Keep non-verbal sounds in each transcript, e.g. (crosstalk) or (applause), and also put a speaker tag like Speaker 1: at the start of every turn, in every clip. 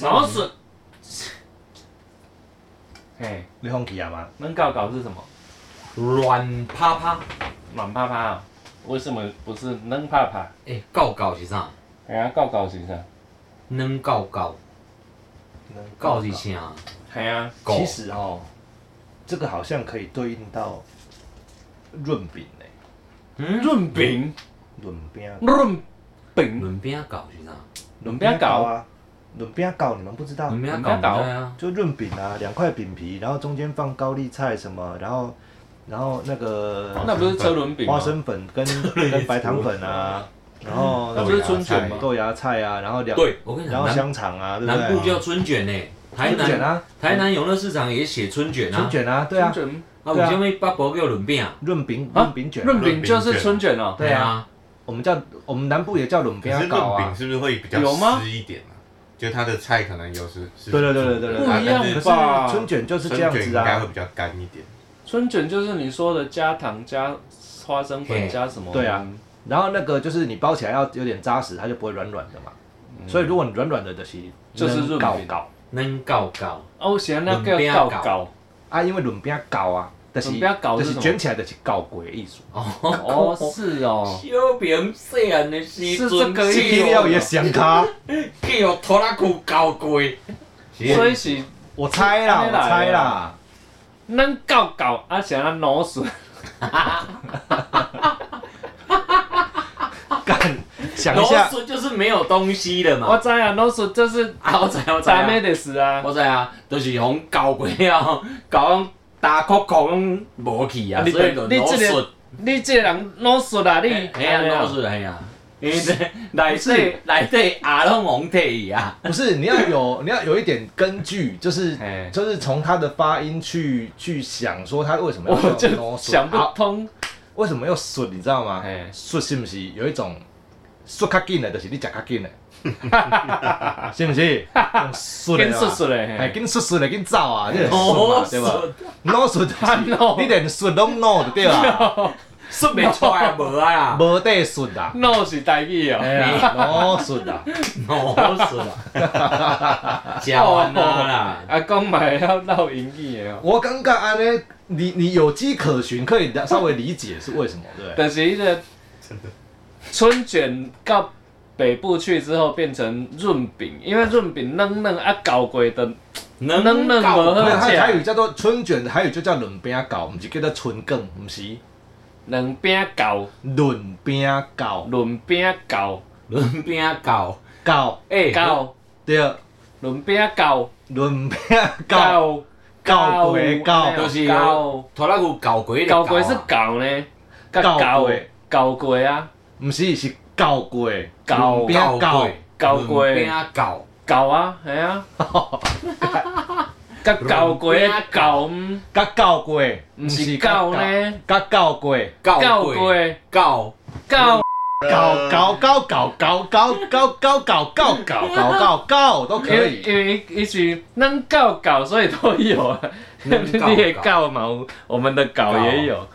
Speaker 1: 然
Speaker 2: (laughs)
Speaker 1: 后是，
Speaker 2: 哎，
Speaker 3: 你放弃啊吗？
Speaker 2: 闷搞搞是什么？
Speaker 1: 软趴趴。
Speaker 2: 软趴趴啊？为什么不是嫩趴趴？
Speaker 1: 诶，搞搞是啥？
Speaker 2: 哎呀，搞搞是啥？
Speaker 1: 软搞搞，搞是啥？
Speaker 2: 哎呀，
Speaker 1: 搞
Speaker 3: 其实哦，这个好像可以对应到润饼诶，
Speaker 1: 嗯，
Speaker 2: 润饼，
Speaker 3: 润饼，啊
Speaker 2: 润饼，
Speaker 1: 润饼搞是啥？
Speaker 3: 润
Speaker 2: 饼糕
Speaker 3: 啊，润饼糕你们不知道？
Speaker 1: 润饼
Speaker 2: 软饼
Speaker 1: 搞
Speaker 2: 搞
Speaker 1: 对啊，
Speaker 3: 就润饼啊，两块饼皮，然后中间放高丽菜什么，然后然后那个
Speaker 2: 那不是车轮饼吗啊
Speaker 3: 花？生粉跟跟白糖粉啊，然后
Speaker 2: 那不是春卷吗？
Speaker 3: 豆芽菜啊，然后两
Speaker 1: 对，我跟你
Speaker 3: 然
Speaker 1: 讲，
Speaker 3: 后
Speaker 1: 南
Speaker 3: 香肠啊，对不
Speaker 1: 南部
Speaker 3: 对？
Speaker 1: 叫春卷呢，台
Speaker 3: 春卷
Speaker 1: 南
Speaker 3: 啊，
Speaker 1: 台南永乐市场也写春卷
Speaker 3: 春
Speaker 1: 啊，
Speaker 3: 卷啊，对啊，
Speaker 2: 春卷
Speaker 1: 啊，有
Speaker 3: 对啊
Speaker 1: 啥物北部叫润饼啊？哎
Speaker 3: 润饼
Speaker 2: 啊
Speaker 3: 润饼卷啊，
Speaker 2: 润饼就是春卷哦。
Speaker 3: 对啊，我们叫我们南部也叫润
Speaker 4: 可
Speaker 3: 饼
Speaker 4: 是
Speaker 3: 糕
Speaker 4: 润饼
Speaker 3: 啊，
Speaker 4: 是不是会比较
Speaker 2: 有吗
Speaker 4: 湿一点啊？就它的菜可能有时是
Speaker 3: 对对对对对对
Speaker 4: 啊
Speaker 2: 不一样
Speaker 4: 但是
Speaker 3: 可是
Speaker 2: 吧
Speaker 3: 春卷就是这样
Speaker 4: 春卷
Speaker 3: 子
Speaker 4: 应该
Speaker 3: 啊
Speaker 4: 会，比较干一点。
Speaker 2: 春卷就是你说的加糖加花生
Speaker 1: 嘿
Speaker 2: 粉加什么？
Speaker 3: 对啊，然后那个就是你包起来要有点扎实，它就不会软软的嘛。所以如果你软软的就是
Speaker 2: 就是润饼
Speaker 3: 糕糕
Speaker 1: 软搞搞，
Speaker 2: 哦，我喜欢那
Speaker 1: 润饼
Speaker 2: 个搞
Speaker 1: 糕
Speaker 2: 搞，
Speaker 3: 啊，因为润饼糕啊，但是
Speaker 2: 润饼糕
Speaker 3: 就是是
Speaker 2: 什么
Speaker 3: 卷起来的是糕粿的艺术，
Speaker 2: 哦，是哦， (laughs)
Speaker 1: 小平细汉的时
Speaker 2: 是这个
Speaker 3: 一
Speaker 1: 啊
Speaker 3: 定要也想它。
Speaker 1: 叫拖拉机搞过，
Speaker 2: 所以是
Speaker 3: 我猜啦，
Speaker 2: (laughs) 这样
Speaker 3: 我
Speaker 2: 来啊
Speaker 3: 猜啦，
Speaker 2: 咱搞搞， (laughs) 啊，是咱脑笋，
Speaker 3: (laughs) 干想一
Speaker 1: 螺
Speaker 3: 下，
Speaker 1: 丝就是没有东西的
Speaker 2: 我
Speaker 1: 嘛。
Speaker 2: 知啊，脑笋这是
Speaker 1: 啊，我知我知
Speaker 2: 咱
Speaker 1: 啊
Speaker 2: 们，的事啊，
Speaker 1: 我知啊，就是互搞过了，搞讲打扣扣拢无去啊，
Speaker 2: 啊你
Speaker 1: 所以就
Speaker 2: 你
Speaker 1: 螺
Speaker 2: 这个
Speaker 1: 丝，
Speaker 2: 你这个人脑笋啊，你，
Speaker 1: 哎呀螺丝 (laughs) 哎呀，因为这内底内底啊拢红体啊，
Speaker 3: 不是你要有你要有一点根据，就是
Speaker 2: 嘿
Speaker 3: 就是从它的发音去去想说它为什么要
Speaker 2: 我
Speaker 3: 用
Speaker 2: 就
Speaker 3: no 笋
Speaker 2: 想不
Speaker 3: 啊
Speaker 2: 通，
Speaker 3: 为什么要吮，你知道吗
Speaker 2: 嘿？
Speaker 3: 吮是不是有一种吮较紧的，就是你食较紧的， (laughs) 是不是？吮
Speaker 2: 跟
Speaker 3: 的
Speaker 2: 叔
Speaker 3: 嘛
Speaker 2: 叔嘞，
Speaker 3: 哎，
Speaker 2: 嘿
Speaker 3: 紧吮吮的，紧走啊，你就是吮
Speaker 1: 螺
Speaker 3: 嘛，
Speaker 1: 丝
Speaker 3: 对吧？脑吮就
Speaker 2: 啊，no
Speaker 3: 是你连吮拢脑就对啊，
Speaker 1: 说袂出来无啊，
Speaker 3: 无底吮啊，
Speaker 2: 脑是台语哦，
Speaker 3: 哎呀，脑吮啊，
Speaker 1: 螺丝 (laughs) 啦，食完啦啦，
Speaker 2: 啊，讲嘛会晓闹英语的哦，
Speaker 3: 我感觉安尼，你你有迹可循，可以稍微理解是为什么，对不对？
Speaker 2: 但是迄个
Speaker 4: 真的
Speaker 2: 春卷到北部去之后变成润饼，因为润饼嫩嫩啊，搞过的
Speaker 1: 能
Speaker 2: 能能无
Speaker 3: 没有，它
Speaker 2: 好
Speaker 3: 的
Speaker 2: 吃
Speaker 3: 台语叫做春卷，台语就叫润饼糕，不是叫做春卷，不是
Speaker 2: 两饼搞，
Speaker 3: 润饼糕
Speaker 2: 润饼搞，
Speaker 1: 轮饼搞，
Speaker 3: 糕，
Speaker 1: 哎
Speaker 2: 搞
Speaker 3: 对。
Speaker 2: 润饼啊搞，
Speaker 3: 轮饼糕
Speaker 2: 搞
Speaker 3: 糕粿糕
Speaker 1: 就
Speaker 2: 就是是搞，
Speaker 1: 拖拉机哎搞啊过的
Speaker 2: 搞过是搞呢，甲搞搞过啊，
Speaker 3: 毋是是糕粿，
Speaker 2: 糕
Speaker 3: 轮饼糕，
Speaker 2: 搞过
Speaker 1: 轮饼搞。
Speaker 2: 搞啊，系啊，甲搞过的搞，嗯
Speaker 3: 甲糕粿，
Speaker 2: 毋是搞，呢，
Speaker 3: 甲糕粿，
Speaker 1: 告
Speaker 2: 搞过
Speaker 1: 告
Speaker 2: 搞
Speaker 3: 糕糕糕糕糕糕糕糕糕糕糕糕糕都
Speaker 2: 因
Speaker 3: 可
Speaker 2: 为
Speaker 3: 以。
Speaker 2: 因为一句能搞搞，所以 (laughs) 都有啊。你
Speaker 1: 咱搞搞
Speaker 2: 也搞嘛，我们的搞也有。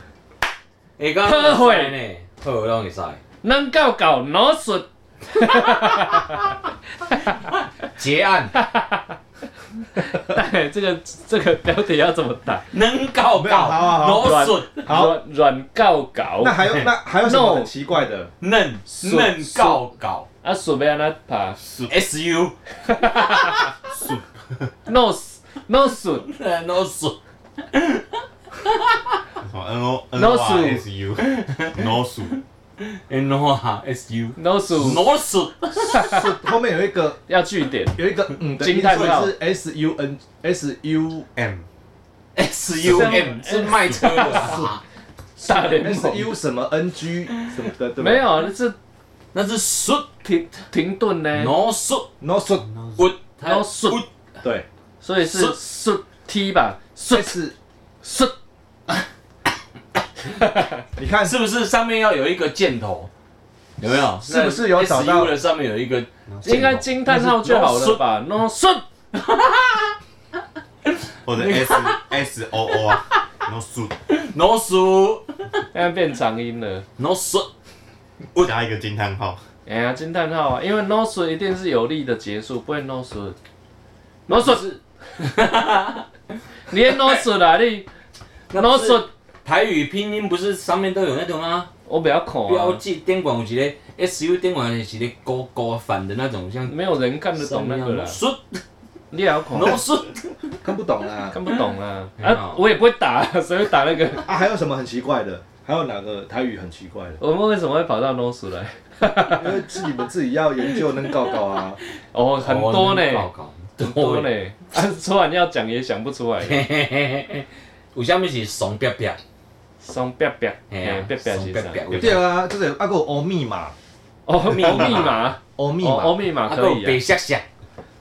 Speaker 1: 会讲
Speaker 2: 好会
Speaker 1: 呢，好拢会使。
Speaker 2: 能搞搞脑笋，
Speaker 1: 结
Speaker 2: (laughs)
Speaker 1: 案
Speaker 2: 哎，这个这个标题要怎么打？
Speaker 1: 能告
Speaker 3: 没有好好
Speaker 1: 告，
Speaker 3: 好
Speaker 1: 螺笋
Speaker 3: 好，
Speaker 2: 软软告搞
Speaker 3: 那还有那还有什么很奇怪的？
Speaker 1: 嫩
Speaker 2: 笋
Speaker 1: 嫩
Speaker 2: 笋
Speaker 1: 告告
Speaker 2: 啊，笋要安怎爬
Speaker 1: ，S U (laughs)
Speaker 2: ？no s- no 笋
Speaker 1: 螺笋
Speaker 4: 什么 N O N
Speaker 2: No
Speaker 4: O S U (laughs) No 鼠
Speaker 1: ，N O R S U
Speaker 2: no 笋
Speaker 1: 螺笋
Speaker 3: 后面有一个
Speaker 2: 要句点，
Speaker 3: 有一个嗯的
Speaker 2: 惊
Speaker 3: 音
Speaker 2: 叹号
Speaker 3: 是 S U N S U
Speaker 4: M
Speaker 1: S U M
Speaker 2: 是
Speaker 1: 是卖车的
Speaker 2: (laughs)
Speaker 1: 啊，
Speaker 2: 大联
Speaker 3: S
Speaker 2: 盟
Speaker 3: U 什么 N G 什么的，对不对？
Speaker 2: 没有，那是
Speaker 1: 那是笋
Speaker 2: 停停顿呢
Speaker 1: 螺笋
Speaker 3: ，no 说
Speaker 1: 骨
Speaker 2: ，no 笋，
Speaker 3: 对
Speaker 2: 所以是
Speaker 1: 笋
Speaker 2: 笋 t 吧，笋
Speaker 3: S，
Speaker 2: 笋
Speaker 3: 你看
Speaker 1: 是不是上面要有一个箭头？有没有？
Speaker 3: 是不是有找到
Speaker 1: S U 的上面有一个箭头？
Speaker 2: 应该惊叹号就好了吧？no 笋
Speaker 3: (laughs)
Speaker 4: 或者 S S O O 啊，No 鼠，
Speaker 1: 螺笋
Speaker 2: 现在变长音了。
Speaker 1: 螺笋
Speaker 4: 加一个惊叹号，
Speaker 2: 哎呀，惊叹号啊！因为 no 水一定是有力的结束，不会 no 水。脑术，你的脑术啦，你
Speaker 1: 那
Speaker 2: 脑
Speaker 1: 不 (laughs) 是
Speaker 2: 术，
Speaker 1: 台语拼音不是上面都有那种啊，
Speaker 2: 我不要看
Speaker 1: 标
Speaker 2: 啊，
Speaker 1: 记电管有一个 S U 电管是一个勾勾反的那种，像
Speaker 2: 没有人看得懂那个啦，
Speaker 1: 术
Speaker 2: 你也要看，啊
Speaker 1: 脑术，
Speaker 3: 看不懂
Speaker 2: (laughs)
Speaker 3: 啊。
Speaker 2: 看不懂啊，
Speaker 1: 没有
Speaker 2: 啊， (laughs) 我也不会打，谁会打那个？
Speaker 3: 啊，还有什么很奇怪的？还有哪个台语很奇怪的？
Speaker 2: 我们为什么会跑到 n o s 来？
Speaker 3: 因为是你们自己要研究能搞搞啊。
Speaker 2: 哦，很多呢，
Speaker 1: 哦
Speaker 2: 很
Speaker 1: 很
Speaker 2: 多
Speaker 1: 多
Speaker 2: 呢
Speaker 1: 呢，，
Speaker 2: 啊，突然要讲也想不出来，
Speaker 1: 有啥物是怂瘪瘪？
Speaker 2: 双白白，
Speaker 1: 嘿啊
Speaker 2: 嘿白白是啥
Speaker 1: 双？白白
Speaker 3: 对啊，这个啊还有欧密码，
Speaker 2: 哦，密密码，
Speaker 3: 欧密
Speaker 2: 哦，哦
Speaker 3: 码，
Speaker 2: 密码
Speaker 1: 啊，
Speaker 2: 可
Speaker 1: 还
Speaker 2: 以
Speaker 1: 有白
Speaker 2: 啊，
Speaker 1: 色色，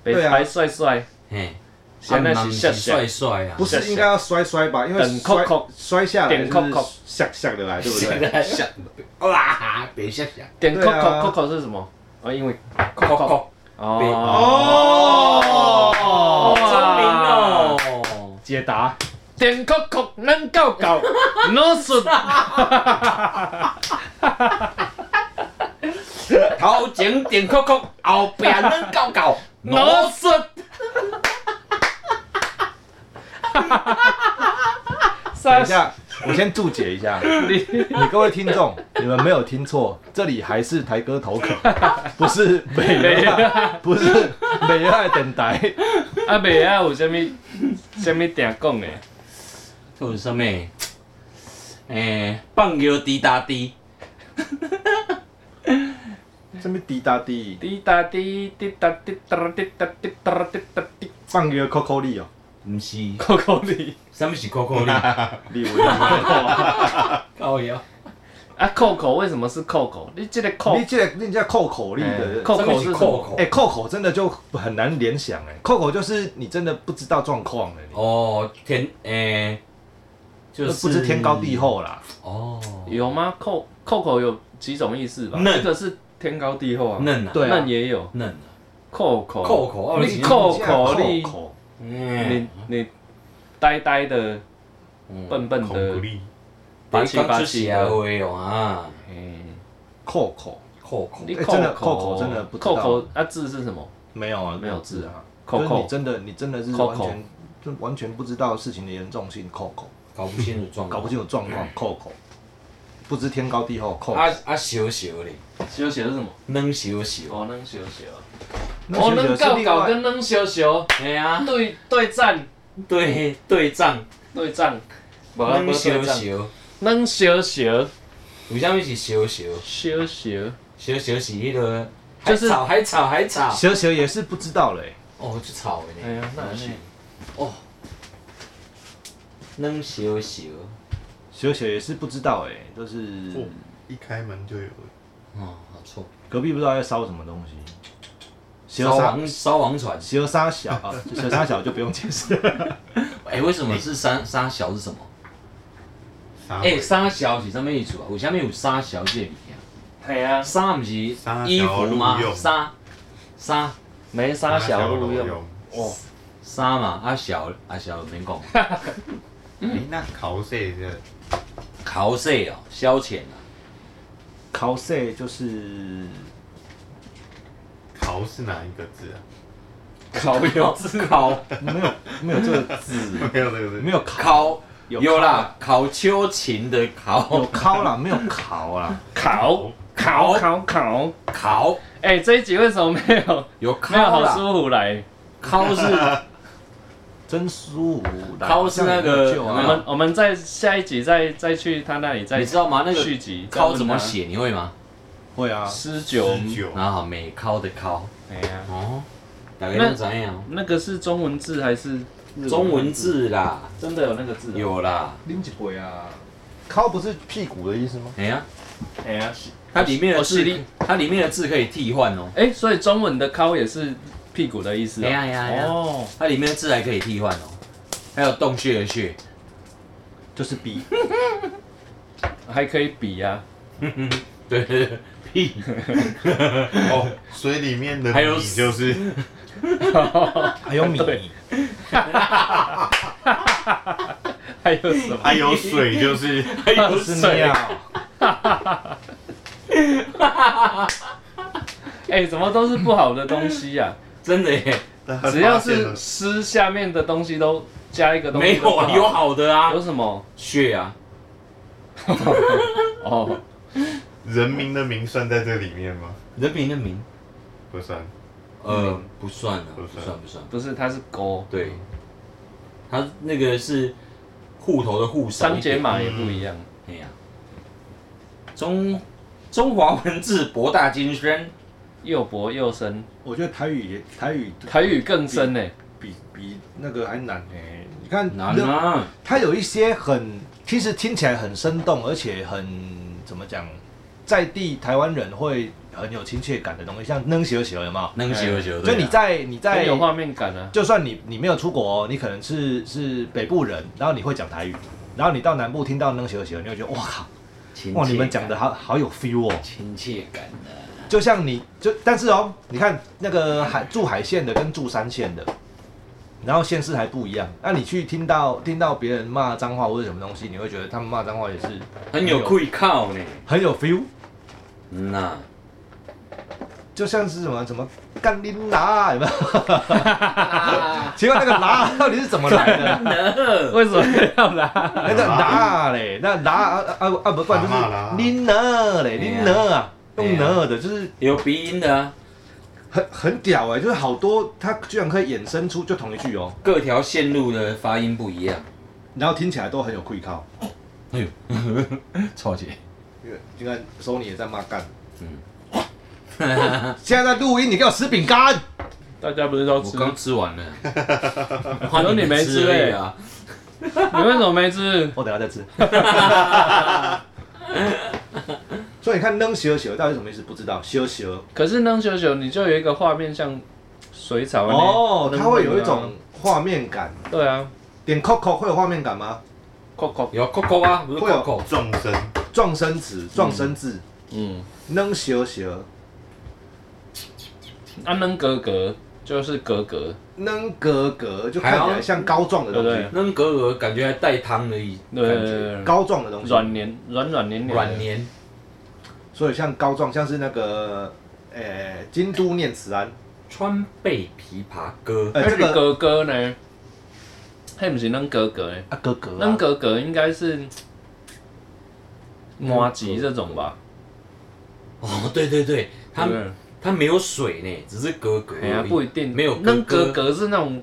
Speaker 2: 白
Speaker 3: 对啊
Speaker 2: 白帅帅，
Speaker 1: 嘿，
Speaker 2: 现在
Speaker 1: 啊
Speaker 2: 是
Speaker 1: 不
Speaker 2: 下
Speaker 1: 是
Speaker 2: 下
Speaker 1: 帅，帅啊
Speaker 3: 不，是应该要摔摔吧？因为
Speaker 2: 等扣
Speaker 3: 摔
Speaker 2: 扣
Speaker 3: 摔下来
Speaker 2: 点扣
Speaker 3: 就
Speaker 2: 扣
Speaker 3: 是下下的来，对不对？
Speaker 1: 白色，哇，白色色，
Speaker 2: 点 c
Speaker 3: 对
Speaker 2: o
Speaker 3: 啊
Speaker 2: c o c o 是什么？哦，因为
Speaker 1: 扣扣，白
Speaker 2: 哦，
Speaker 1: 哦，
Speaker 3: 哦，
Speaker 1: 聪明哦，
Speaker 3: 解答，
Speaker 2: 点 c o c o 能搞搞 n 术，
Speaker 1: 头前点扣扣，后壁软搞
Speaker 2: (laughs)
Speaker 1: 搞，
Speaker 2: n 术，
Speaker 3: 等
Speaker 2: 三
Speaker 3: 一下，我先注解一
Speaker 2: (laughs)
Speaker 3: 下，你各位听众，你们没有听错，这里还是台哥
Speaker 2: (laughs)
Speaker 3: 头壳，不是美乐，不是美乐电台，
Speaker 2: 啊，未啊，有啥物啥物定讲的？
Speaker 1: 这有啥物？诶，放尿滴答滴，
Speaker 3: 这边滴答滴，
Speaker 2: 滴答滴滴答滴答滴答滴答滴答滴，
Speaker 3: 放个扣扣力哦，
Speaker 1: 毋是，
Speaker 2: 扣扣你
Speaker 1: 啥物是扣 (laughs) 扣呢？
Speaker 2: (laughs)
Speaker 3: 力 (laughs) 为
Speaker 2: 哦
Speaker 3: 你
Speaker 1: 靠呀！
Speaker 2: 啊！扣扣为什么是扣扣？你这个扣
Speaker 3: 这个你这扣口力的
Speaker 2: 哎扣
Speaker 1: 什么
Speaker 2: 是什么
Speaker 1: 扣口
Speaker 3: 哎、扣口真的就很难联想哎、扣口就是你真的不知道状况哎，你
Speaker 1: 哦，天诶，就
Speaker 3: 就是不知天高地厚啦。
Speaker 1: 哦，
Speaker 2: 有吗？扣扣扣有几种意思吧？
Speaker 1: 嫩
Speaker 2: 一个是天高地厚啊，
Speaker 1: 嫩啊，
Speaker 3: 对啊哦
Speaker 2: 嫩也有
Speaker 1: 嫩啊，
Speaker 2: 扣口
Speaker 1: 扣口啊
Speaker 2: 你扣口
Speaker 3: 你
Speaker 2: 你
Speaker 3: 这样扣口
Speaker 2: 你
Speaker 1: 嗯，
Speaker 2: 你呆呆的，笨笨
Speaker 4: 孔古
Speaker 2: 的，
Speaker 4: 力，
Speaker 1: 反正出社会哦啊，
Speaker 2: 嗯，
Speaker 3: 扣口
Speaker 1: 扣口
Speaker 2: 你
Speaker 3: 哎
Speaker 2: 扣
Speaker 3: 真的扣
Speaker 2: 口哦
Speaker 3: 口真的不知道
Speaker 2: 扣口啊字是什么？
Speaker 3: 没有啊，
Speaker 2: 没有
Speaker 3: 字啊，
Speaker 2: 扣
Speaker 3: 就是你
Speaker 2: 扣
Speaker 3: 真的你真的是
Speaker 2: 扣
Speaker 3: 完
Speaker 2: 口
Speaker 3: 全就完全不知道事情的严重性，扣口
Speaker 1: 搞不清楚
Speaker 2: 哦
Speaker 1: 状
Speaker 3: 搞
Speaker 1: 况，
Speaker 3: 不清楚状况，扣口不知天高地厚，扣口
Speaker 1: 啊啊小小咧，
Speaker 2: 小小是什么？
Speaker 1: 软小小，
Speaker 2: 哦，能小小，
Speaker 3: 那
Speaker 2: 哦，能
Speaker 3: 其实是
Speaker 2: 搞
Speaker 3: 另
Speaker 2: 搞
Speaker 3: 外
Speaker 2: 跟能小小
Speaker 1: 嘿啊，
Speaker 2: 对对战。
Speaker 1: 对对仗，
Speaker 2: 对战，无啊，
Speaker 1: 软
Speaker 2: 无
Speaker 1: 小
Speaker 2: 对战，
Speaker 1: 小，
Speaker 2: 软小小
Speaker 1: 为啥物是小小？
Speaker 2: 小小，
Speaker 1: 小小是迄个，
Speaker 2: 就是
Speaker 1: 还吵还吵还吵，
Speaker 3: 蛇蛇也是不知道嘞、
Speaker 1: 哦，就吵的
Speaker 2: 哎
Speaker 1: 呢，
Speaker 2: 呀，那是
Speaker 1: 哦，软小小，
Speaker 3: 蛇蛇也是不知道哎、就是
Speaker 4: 哦一开门就有了，
Speaker 1: 哦，好错，
Speaker 3: 隔壁不知道在烧什么东西，蛇
Speaker 1: 烧
Speaker 3: 杀
Speaker 1: 王烧王船。
Speaker 3: 蛇杀小 (laughs) 啊，蛇杀小就不用解释了。
Speaker 1: 哎、为什么是三三小是什么？
Speaker 4: 啥
Speaker 1: 哎、三小是什么意思啊？为什么有三小这个物件？
Speaker 3: 哎
Speaker 2: 系啊，
Speaker 1: 三不是
Speaker 4: 三
Speaker 1: 衣
Speaker 4: 小
Speaker 1: 服
Speaker 4: 路
Speaker 1: 吗？
Speaker 4: 用
Speaker 1: 三三
Speaker 2: 没啥小路用，哦，
Speaker 1: 三嘛，啊小啊小免讲，
Speaker 3: 嗯
Speaker 4: 哎，那考试的
Speaker 1: 考试哦，消遣啊，
Speaker 3: 考试就是
Speaker 4: 考是哪一个字啊？ (laughs)
Speaker 2: 考
Speaker 1: 考
Speaker 2: 有
Speaker 1: 考
Speaker 3: 没有没有这个字，
Speaker 4: 没有这个字，
Speaker 3: 没有考
Speaker 1: 考
Speaker 3: 有
Speaker 1: (laughs) 有啦，考秋琴的考
Speaker 3: 有考啦，没有考啦。
Speaker 2: 考考考考，
Speaker 1: 考
Speaker 2: 哎，这一集为什么没有
Speaker 1: 有
Speaker 2: 没有
Speaker 1: 考
Speaker 2: 好
Speaker 1: 啦，
Speaker 2: 舒服来？
Speaker 1: 考 (laughs) 是
Speaker 3: 真舒服啦。
Speaker 1: 考是
Speaker 3: 好像也
Speaker 1: 那个
Speaker 3: 没有救
Speaker 2: 我
Speaker 3: 啊
Speaker 1: 有没有
Speaker 2: 们我们在下一集再再去他那里再
Speaker 1: 你知道吗？那
Speaker 2: 续
Speaker 1: 个
Speaker 2: 集再问
Speaker 1: 考
Speaker 2: 他
Speaker 1: 怎么？写你会吗？
Speaker 3: 会啊，
Speaker 2: 诗酒，
Speaker 4: 十九，
Speaker 1: 然后美考的考
Speaker 2: 哎呀，
Speaker 1: 哦，大家都知影哦，
Speaker 2: 那个是中文字还是
Speaker 1: 中文字啦，
Speaker 2: 真的有那个字？，啊
Speaker 1: 有啊啦，
Speaker 3: 拎几回啊？考不是屁股的意思吗？
Speaker 1: 哎呀、
Speaker 2: 哎呀，
Speaker 1: 它里面的字
Speaker 2: 哦是的，
Speaker 1: 它里面的字可以替换哦。
Speaker 2: 哎，所以中文的考也是屁股的意思
Speaker 1: 哎呀
Speaker 2: 啊。
Speaker 1: 哎呀哎呀，
Speaker 2: 哦，
Speaker 1: 它里面的字还可以替换哦。还有洞穴的穴，
Speaker 3: 就是
Speaker 1: (laughs)
Speaker 3: 比
Speaker 2: 还可以比啊呀。
Speaker 1: 对对 (laughs) 对，屁，
Speaker 4: 哦，水里面的
Speaker 1: 还有
Speaker 4: 米就是
Speaker 3: 还有米，
Speaker 2: 对 (laughs) 还有什么？
Speaker 4: 还有水
Speaker 3: (laughs)
Speaker 4: 就是
Speaker 1: 还有啊
Speaker 3: 是尿
Speaker 1: 水，。
Speaker 2: (laughs) 哎、怎么都是不好的东西呀、
Speaker 1: (laughs) 真的耶，
Speaker 2: 只要是丝下面的东西都加一个东西
Speaker 1: 没
Speaker 2: 都不
Speaker 1: 有
Speaker 2: 好，
Speaker 1: 有好的啊
Speaker 2: 有，什么？
Speaker 1: 血啊，
Speaker 2: 哦，
Speaker 4: 人民的名算在这里面吗？
Speaker 1: 人民的民，
Speaker 4: 不算，
Speaker 1: 呃，不算啊，
Speaker 4: 不
Speaker 1: 不
Speaker 4: 算
Speaker 1: 算不算，嗯
Speaker 2: 不是，它是勾，
Speaker 1: 对，他那个是户头的户少
Speaker 2: 三
Speaker 1: 一
Speaker 2: 节
Speaker 1: 点，
Speaker 2: 码也不一嗯样。
Speaker 1: 哎呀，中中华文字博大精深，
Speaker 2: 又薄又深，
Speaker 3: 我觉得台语也台语
Speaker 2: 台语更深呢。
Speaker 3: 比比那个还难哎、你看
Speaker 1: 难啊，
Speaker 3: 它有一些很，其实听起来很生动，而且很怎么讲，在地台湾人会很有亲切感的东西，像能学学有没有？
Speaker 1: 能行就行，
Speaker 3: 就你在你在
Speaker 2: 很有画面感啊。
Speaker 3: 就算你你没有出国、你可能是是北部人，然后你会讲台语，然后你到南部听到能学学，你会觉得哇靠，哇哦你们讲的好好有 feel 哦。
Speaker 1: 啊亲切感的，
Speaker 3: 就像你就，但是哦，你看那个海住海线的跟住山线的，然后县市还不一样。那你去听到听到别人骂脏话或者什么东西，你会觉得他们骂脏话也是
Speaker 1: 很有愧靠呢，
Speaker 3: 很有 feel，
Speaker 1: 嗯呐，
Speaker 3: 就像是什么什么干你拿
Speaker 1: (laughs)
Speaker 3: 有没有？请问那个拿到底是怎么来
Speaker 1: (laughs)
Speaker 3: 的？
Speaker 2: (laughs) 为什么要拿？
Speaker 3: 那个拿嘞，那拿啊啊啊不，不然就
Speaker 4: 打骂啦
Speaker 3: 是你拿
Speaker 1: 哎
Speaker 3: 嘞，你拿啊，
Speaker 1: 对啊
Speaker 3: 用拿的，就是
Speaker 1: (laughs) 有鼻音的啊，
Speaker 3: 很很屌哎，就是好多，它居然可以衍生出就同一句哦，
Speaker 1: 各条线路的发音不一样，
Speaker 3: 然后听起来都很有愧靠。哎 (laughs)
Speaker 1: 超级，
Speaker 3: 因为你看 Sony 也在骂干，
Speaker 1: 嗯
Speaker 2: 嗯
Speaker 3: (laughs) 现在在录音，你给我吃
Speaker 2: (laughs)
Speaker 3: 饼干，
Speaker 2: 大家不是都
Speaker 1: 我
Speaker 2: 吃？
Speaker 1: 刚 (laughs) 吃完了，
Speaker 2: 可能你没吃
Speaker 1: 而
Speaker 2: 哎、
Speaker 1: 已啊，
Speaker 2: 你为什么没吃？
Speaker 3: 我等下再吃。 (laughs) 所以你看扔蛇蛇到底是什么意思？不知道蛇蛇
Speaker 2: 可是能九九你就有一个画面像水草那
Speaker 3: 哦，
Speaker 2: 那
Speaker 3: 它会有一种画面感。
Speaker 2: 对啊，
Speaker 3: 点 Coco 会有画面感吗？
Speaker 2: 扣扣
Speaker 1: 有 Coco 啊，不是
Speaker 3: 会有
Speaker 1: Coco，
Speaker 4: 众生
Speaker 3: 撞声词、撞声字，
Speaker 2: 嗯，
Speaker 3: 扔蛇蛇，
Speaker 2: 啊能格格就是格格，
Speaker 3: 扔格格，就看起来像膏状的东
Speaker 2: 还好
Speaker 3: 西，
Speaker 1: 扔格格感觉还带汤的意
Speaker 2: 对
Speaker 1: 感
Speaker 2: 对
Speaker 1: 觉，
Speaker 2: 对对，
Speaker 3: 膏状的东西，
Speaker 2: 软黏软软黏黏的
Speaker 1: 软黏，
Speaker 3: 所以像膏状，像是那个呃京都念慈庵，
Speaker 1: 川贝琵琶歌，
Speaker 3: 呃
Speaker 2: 那
Speaker 3: 这
Speaker 2: 个
Speaker 3: 个
Speaker 2: 格格呢？嘿，不是能格格诶，
Speaker 3: 啊格格啊，
Speaker 2: 能格格应该是麻吉这种吧？
Speaker 1: 哦，对对对，
Speaker 2: 对
Speaker 1: 它
Speaker 2: 不对？
Speaker 1: 它没有水呢，只是格格而
Speaker 2: 哎
Speaker 1: 已，
Speaker 2: 呀，不一定，
Speaker 1: 没有
Speaker 2: 能格
Speaker 1: 格，
Speaker 2: 格是那种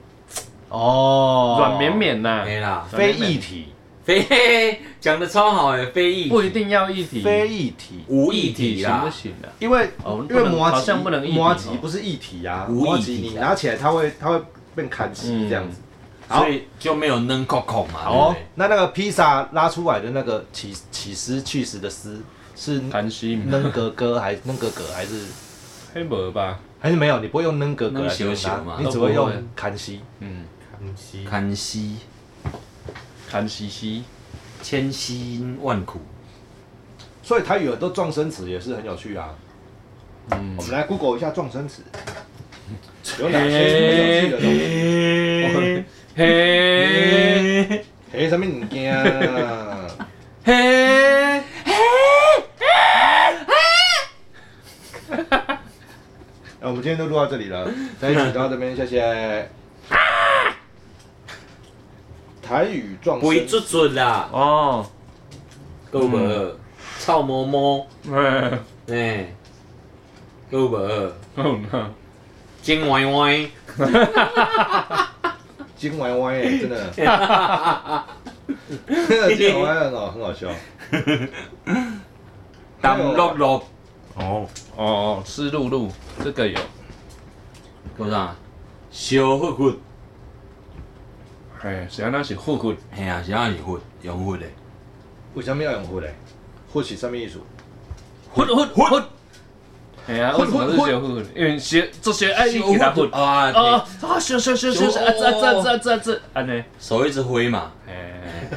Speaker 3: 哦
Speaker 2: 软绵，绵呐，
Speaker 1: 没啦，
Speaker 3: 非议题。
Speaker 1: 非嘿嘿讲的超好哎，非议
Speaker 2: 不一定要一体，
Speaker 3: 非议题，
Speaker 1: 无
Speaker 2: 一
Speaker 1: 议
Speaker 2: 体
Speaker 1: 题
Speaker 2: 行
Speaker 1: 啦
Speaker 2: 不，行啊？
Speaker 3: 因为、
Speaker 2: 哦
Speaker 3: 因
Speaker 2: 不
Speaker 3: 为
Speaker 2: 能
Speaker 3: 摩
Speaker 2: 好
Speaker 3: 吉
Speaker 2: 像不能一体
Speaker 3: 摩
Speaker 2: 哦
Speaker 3: 吉不是一体啊，
Speaker 1: 无
Speaker 3: 摩
Speaker 1: 一
Speaker 3: 吉
Speaker 1: 体
Speaker 3: 你
Speaker 1: 啊
Speaker 3: 拿起来它会它会变砍
Speaker 2: 嗯
Speaker 3: 稀这样子。好
Speaker 1: 所，以就没有能 Coco 嘛，
Speaker 3: 好哦
Speaker 1: 对不对，
Speaker 3: 那那个披萨拉出来的那个起起司去死的丝是
Speaker 2: 谈西姆
Speaker 3: 扔格格还是扔格格还是
Speaker 2: 黑无吧？
Speaker 3: 还是没有？你不会用扔格格
Speaker 1: 扔
Speaker 3: 来形容
Speaker 1: 小
Speaker 3: 它
Speaker 1: 小嘛
Speaker 3: 你只
Speaker 2: 都不
Speaker 3: 会
Speaker 2: 会
Speaker 3: 用砍稀。
Speaker 2: 嗯，
Speaker 4: 康熙
Speaker 1: 康熙
Speaker 2: 谈西西，
Speaker 1: 千辛万苦，
Speaker 3: 所以台语很多撞声词也是很有趣啊。
Speaker 2: 嗯
Speaker 3: 我，们来 Google 一下撞声词有哪些有趣的东西？
Speaker 1: 嘿
Speaker 2: 嘿，
Speaker 1: 嘿
Speaker 3: 嘿，什么物件
Speaker 1: (laughs)
Speaker 3: 啊？
Speaker 1: 嘿
Speaker 3: 那哦我们今天就录到这里了，这一集就到这边，谢谢。台语撞
Speaker 1: 不会
Speaker 3: 声，
Speaker 1: 做做啦，
Speaker 2: 哦，
Speaker 1: 够无？臭毛毛，
Speaker 2: 哎，
Speaker 1: 哎，够无？
Speaker 2: 哦那
Speaker 1: 金歪歪，
Speaker 3: 金歪歪耶，真
Speaker 1: (laughs)
Speaker 3: 的，那个金歪歪很好，很好笑。
Speaker 1: 淡落落，
Speaker 4: 哦，
Speaker 2: 哦，湿漉漉，这个有，
Speaker 1: 够啥？小火骨，
Speaker 2: 哎，谁那是护骨，
Speaker 1: 嘿啊，是哪是火？用火的，
Speaker 3: 为什么要用火嘞？火是什么意思？啊
Speaker 2: 混混混，哎呀，为什么是学护？因为学做学爱一起来混。
Speaker 1: 啊，
Speaker 2: 哎哦
Speaker 1: 对
Speaker 2: 啊，学学学学学，啊这这这这这，安尼，
Speaker 1: 手一直挥嘛，
Speaker 2: 哎，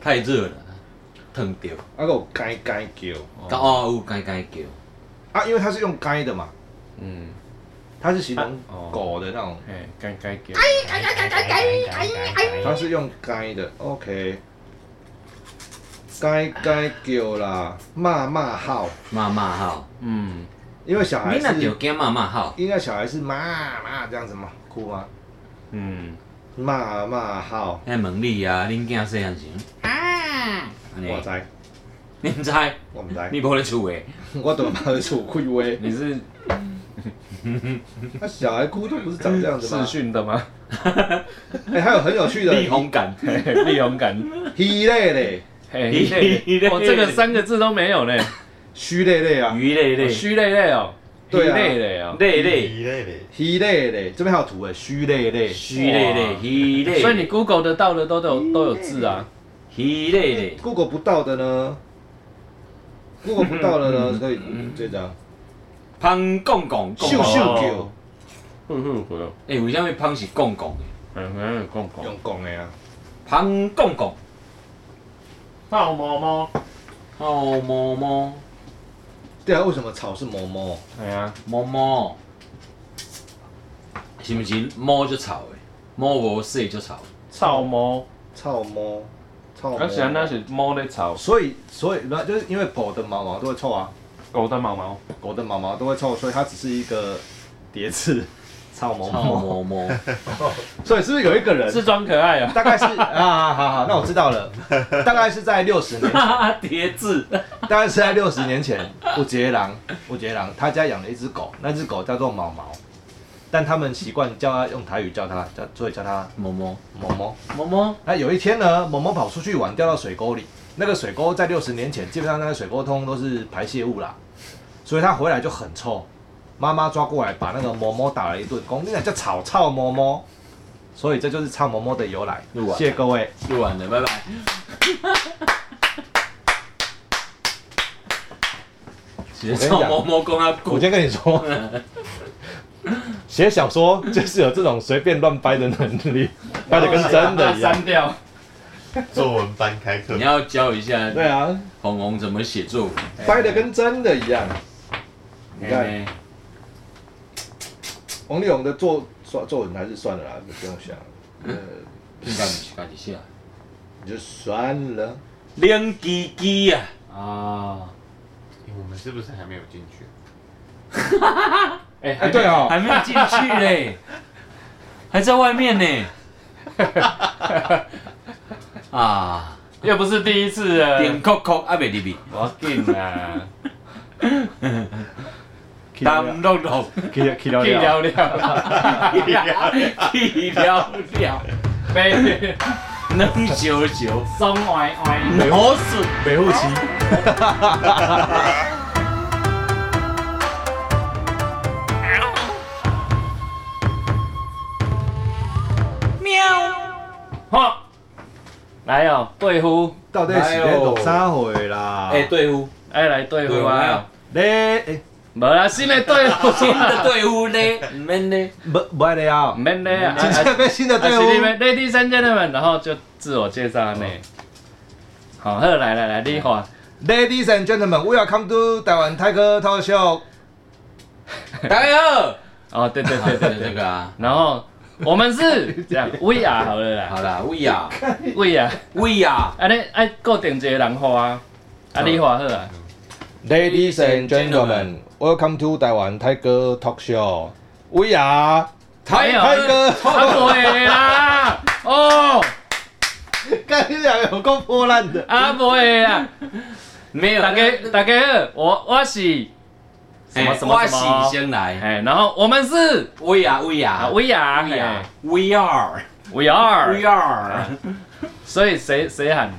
Speaker 1: 太热了，烫掉。
Speaker 3: 那个该该叫
Speaker 1: 哦，有该该叫，
Speaker 3: 啊，因为它是用该的嘛，
Speaker 2: 嗯，
Speaker 3: 它是形容
Speaker 2: 啊哦
Speaker 3: 狗的那种，
Speaker 2: 哎，该该给，
Speaker 4: 哎哦
Speaker 3: 它是用该的。OK，该该叫啦，骂骂号，
Speaker 1: 骂骂号。
Speaker 2: 嗯，
Speaker 3: 因为小
Speaker 1: 你
Speaker 3: 孩
Speaker 1: 那
Speaker 3: 是
Speaker 1: 就叫骂骂号，
Speaker 3: 应该小孩是妈妈这样子嘛，哭吗？
Speaker 1: 嗯，
Speaker 3: 骂骂号，
Speaker 1: 迄问你啊，恁囝细汉时，啊，安尼
Speaker 3: 我知，
Speaker 1: 你毋知，
Speaker 3: 我唔知，
Speaker 1: 你无咧厝诶，
Speaker 3: (laughs) 我怎么骂得出开威？
Speaker 2: 你是
Speaker 3: 那小孩哭都不是长这样子
Speaker 2: 视
Speaker 3: 吗？
Speaker 2: 讯的吗？
Speaker 3: 哎，还有很有趣的 (laughs)
Speaker 1: 力宏感，
Speaker 2: 嘿嘿力宏感，
Speaker 3: 鱼类类、
Speaker 2: 嘿嘿
Speaker 1: 嘿
Speaker 2: 嘿，我这个三个字都没有呢，
Speaker 3: 虚类类啊，
Speaker 1: 鱼类类，
Speaker 2: 虚累累哦，
Speaker 3: 对啊
Speaker 2: 疲累累哦，
Speaker 1: 类类，
Speaker 4: 一类嘞，
Speaker 3: 鱼类类，这边还有图哎，虚类类，
Speaker 1: 鱼类类，鱼类，
Speaker 2: 所以你 Google 得到的都有都有字啊，
Speaker 1: 鱼类类，
Speaker 3: Google 不到的呢？Google 不到的
Speaker 1: 嗯
Speaker 3: 呢？所以嗯这张
Speaker 1: 芳公公，
Speaker 3: 秀
Speaker 1: 公
Speaker 3: 秀
Speaker 1: 公，
Speaker 3: 球
Speaker 2: 哦嗯哼，不用，
Speaker 1: 诶，为什么芳是公公的？
Speaker 2: 嗯哼，公公，
Speaker 3: 用讲的啊，
Speaker 1: 芳公公，
Speaker 2: 泡馍馍，
Speaker 1: 哦，毛毛
Speaker 3: 对啊，为什么草是毛毛？
Speaker 2: 哎呀，
Speaker 1: 毛毛，是毋是毛就臭诶？毛无洗就臭。
Speaker 2: 草馍，
Speaker 3: 草毛，草
Speaker 2: 而且那
Speaker 3: 毛。
Speaker 2: 啊是猫在草，
Speaker 3: 所以所以那就是因为狗的毛毛都会臭啊，
Speaker 2: 狗的毛毛，
Speaker 3: 狗的毛毛都会臭，所以它只是一个叠字，草毛
Speaker 1: 臭
Speaker 3: 毛。
Speaker 1: 毛毛，
Speaker 3: 所以是不是有一个人
Speaker 2: 是装可爱啊，
Speaker 3: 大概是 (laughs) 啊，好好，那我知道了，大概是在六十年， (laughs)
Speaker 1: 哈哈，叠字，
Speaker 3: 大概是在六十年前，我杰郎，我杰郎他家养了一只狗，那只狗叫做毛毛，但他们习惯叫它用台语叫它，叫所以叫它
Speaker 1: 毛毛
Speaker 3: 毛毛。
Speaker 1: 毛毛，
Speaker 3: 那有一天呢，毛毛跑出去玩，掉到水沟里，那个水沟在六十年前，基本上那个水沟通都是排泄物啦，所以它回来就很臭。妈妈抓过来把那个毛毛打了一顿，公你俩叫草草毛毛，所以这就是草毛毛的由来
Speaker 1: 录。完
Speaker 3: 谢谢各位。
Speaker 1: 录完了，拜拜。直接臭毛毛公啊，
Speaker 3: 我先跟你 (laughs) 说，写小说就是有这种随便乱掰的能 (laughs) 力，掰的跟真的一样。
Speaker 2: 删掉，
Speaker 4: 作文班开课
Speaker 1: 你，要教一下
Speaker 3: 对啊，哎
Speaker 1: 红红怎么写作文。
Speaker 3: 掰的跟真的一样。
Speaker 1: 네,
Speaker 3: 你看
Speaker 1: 嘿嘿
Speaker 3: 王力宏的作作作文还是算了啦，不用想了，呃，
Speaker 1: 应该不是家己写。
Speaker 3: 你就算了。
Speaker 1: 冷鸡鸡啊，
Speaker 2: 啊，
Speaker 1: 아.
Speaker 4: 我们是不是还没有进去？
Speaker 2: 哎
Speaker 3: 哎，对哦，
Speaker 1: 还没进去嘞，还在外面呢。啊，
Speaker 2: 又不是第一次了，
Speaker 1: 点扣扣还袂入去，
Speaker 2: 我紧啦，
Speaker 3: 去了
Speaker 1: 当落落，
Speaker 3: (laughs) 去去了
Speaker 2: 去
Speaker 3: 了，
Speaker 2: 聊聊，
Speaker 1: 去了了，
Speaker 2: 被
Speaker 1: 冷笑笑，
Speaker 2: 松歪歪。
Speaker 1: 我是。
Speaker 3: 北户奇。
Speaker 2: 哈，来哦，对呼，
Speaker 3: 到底是咧弄啥货啦？
Speaker 1: 哎、队 (laughs) 伍，
Speaker 2: 哎，来对
Speaker 1: 对
Speaker 2: 呼
Speaker 1: 呼
Speaker 2: 啊
Speaker 1: 啊！
Speaker 3: 咧哎，
Speaker 2: 无啦，新的对呼，
Speaker 1: 新的队伍嘞，唔免嘞，
Speaker 3: 不不爱
Speaker 2: 唔
Speaker 3: 了啊，
Speaker 2: 免咧啊！
Speaker 3: 真正变新的
Speaker 2: 啊，
Speaker 3: 队
Speaker 2: 是你们
Speaker 3: 伍。
Speaker 2: ladies and gentlemen，然后就自我介绍呢。好，好，来来来，你话，
Speaker 3: Ladies and gentlemen, we are come to 台湾泰哥 talk show。
Speaker 1: 大家好，
Speaker 2: 哦，对对对
Speaker 1: 对对
Speaker 2: 对
Speaker 1: 这
Speaker 2: 对，
Speaker 1: 个啊，
Speaker 2: 然后我们是这样，we are 好了啦
Speaker 1: 好啦，喂啊，
Speaker 2: ，we are，
Speaker 1: 喂啊，
Speaker 2: 安尼爱固定一个人话啊，啊，你话好啊，
Speaker 3: Ladies and gentlemen, welcome to 台湾泰哥 talk show。We are
Speaker 1: 台
Speaker 3: 泰哥，
Speaker 2: 啊，袂啦，哦，
Speaker 3: (laughs) 干你俩有够破烂的。
Speaker 2: 啊，袂啦，
Speaker 1: 没有
Speaker 2: 大家大家好，我我是哎什么什么什
Speaker 1: 哎我
Speaker 2: 么
Speaker 1: 是。先来，
Speaker 2: 哎，然后我们是
Speaker 1: 喂啊喂
Speaker 2: 啊，哎
Speaker 1: 啊，
Speaker 2: 薇娅，
Speaker 1: 喂啊
Speaker 2: 哎
Speaker 1: ，We are
Speaker 2: ，We are，
Speaker 1: We are，
Speaker 2: 所以谁谁喊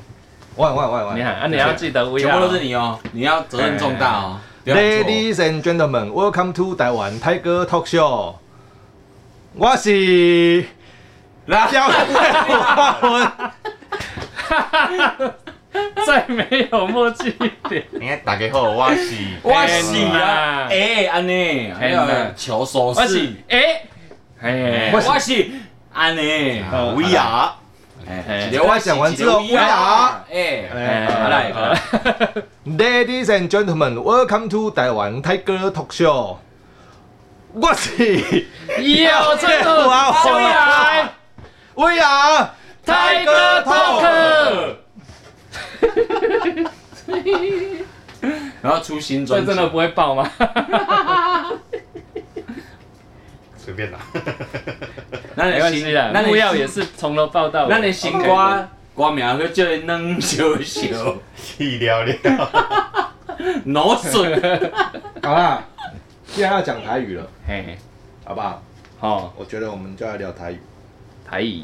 Speaker 3: 喂喂喂喂，
Speaker 2: 你喊啊，你要记得 We
Speaker 1: 全部都是
Speaker 2: are，
Speaker 1: 你哦，你要责任重大
Speaker 2: 哎
Speaker 1: 哦。不要做
Speaker 3: Ladies and gentlemen, welcome to 台湾泰哥 talk show。我是
Speaker 1: 来，
Speaker 3: 教会我发文，
Speaker 2: 再没有默契一点，
Speaker 4: 你看大家好，我 (laughs) 是
Speaker 1: 我是
Speaker 2: 天哪，
Speaker 1: 啊哎，安尼，还
Speaker 2: 天哪
Speaker 1: 有求手
Speaker 2: 啊我是
Speaker 1: 势，
Speaker 2: 哎，哎，
Speaker 1: 我是安尼，
Speaker 4: 吴雅，
Speaker 1: 哎
Speaker 2: 啊哎
Speaker 1: 一个我是
Speaker 3: 讲完之后
Speaker 1: 一个 We are，
Speaker 3: 哎
Speaker 1: 哎，
Speaker 2: 哎
Speaker 1: 好来
Speaker 2: (laughs)
Speaker 1: 好来，
Speaker 3: (laughs) Ladies and gentlemen, welcome to 台湾泰哥 talk show。我是 (laughs)
Speaker 2: 有这个
Speaker 3: 我要
Speaker 2: 薇娅，
Speaker 3: We are
Speaker 2: 泰哥 talk，
Speaker 1: 然后出新
Speaker 2: 这
Speaker 1: 专辑
Speaker 2: 真的不会爆吗？
Speaker 4: 随便啦。 (laughs)
Speaker 1: 咱
Speaker 2: 没
Speaker 1: 的
Speaker 2: 关系
Speaker 1: 新
Speaker 2: 啦，
Speaker 1: 咱的
Speaker 2: 木曜
Speaker 1: 新
Speaker 2: 也是从头报到尾。
Speaker 1: 咱的新
Speaker 2: OK
Speaker 1: 歌歌名叫做《软小小
Speaker 4: 屁聊聊，
Speaker 1: (laughs)
Speaker 4: (laughs)
Speaker 1: 脑笋
Speaker 3: 好啦，既然要讲台语了，
Speaker 2: 嘿，
Speaker 3: 好不好？
Speaker 2: 好，
Speaker 3: 我觉得我们就要聊台语。
Speaker 2: 台语，》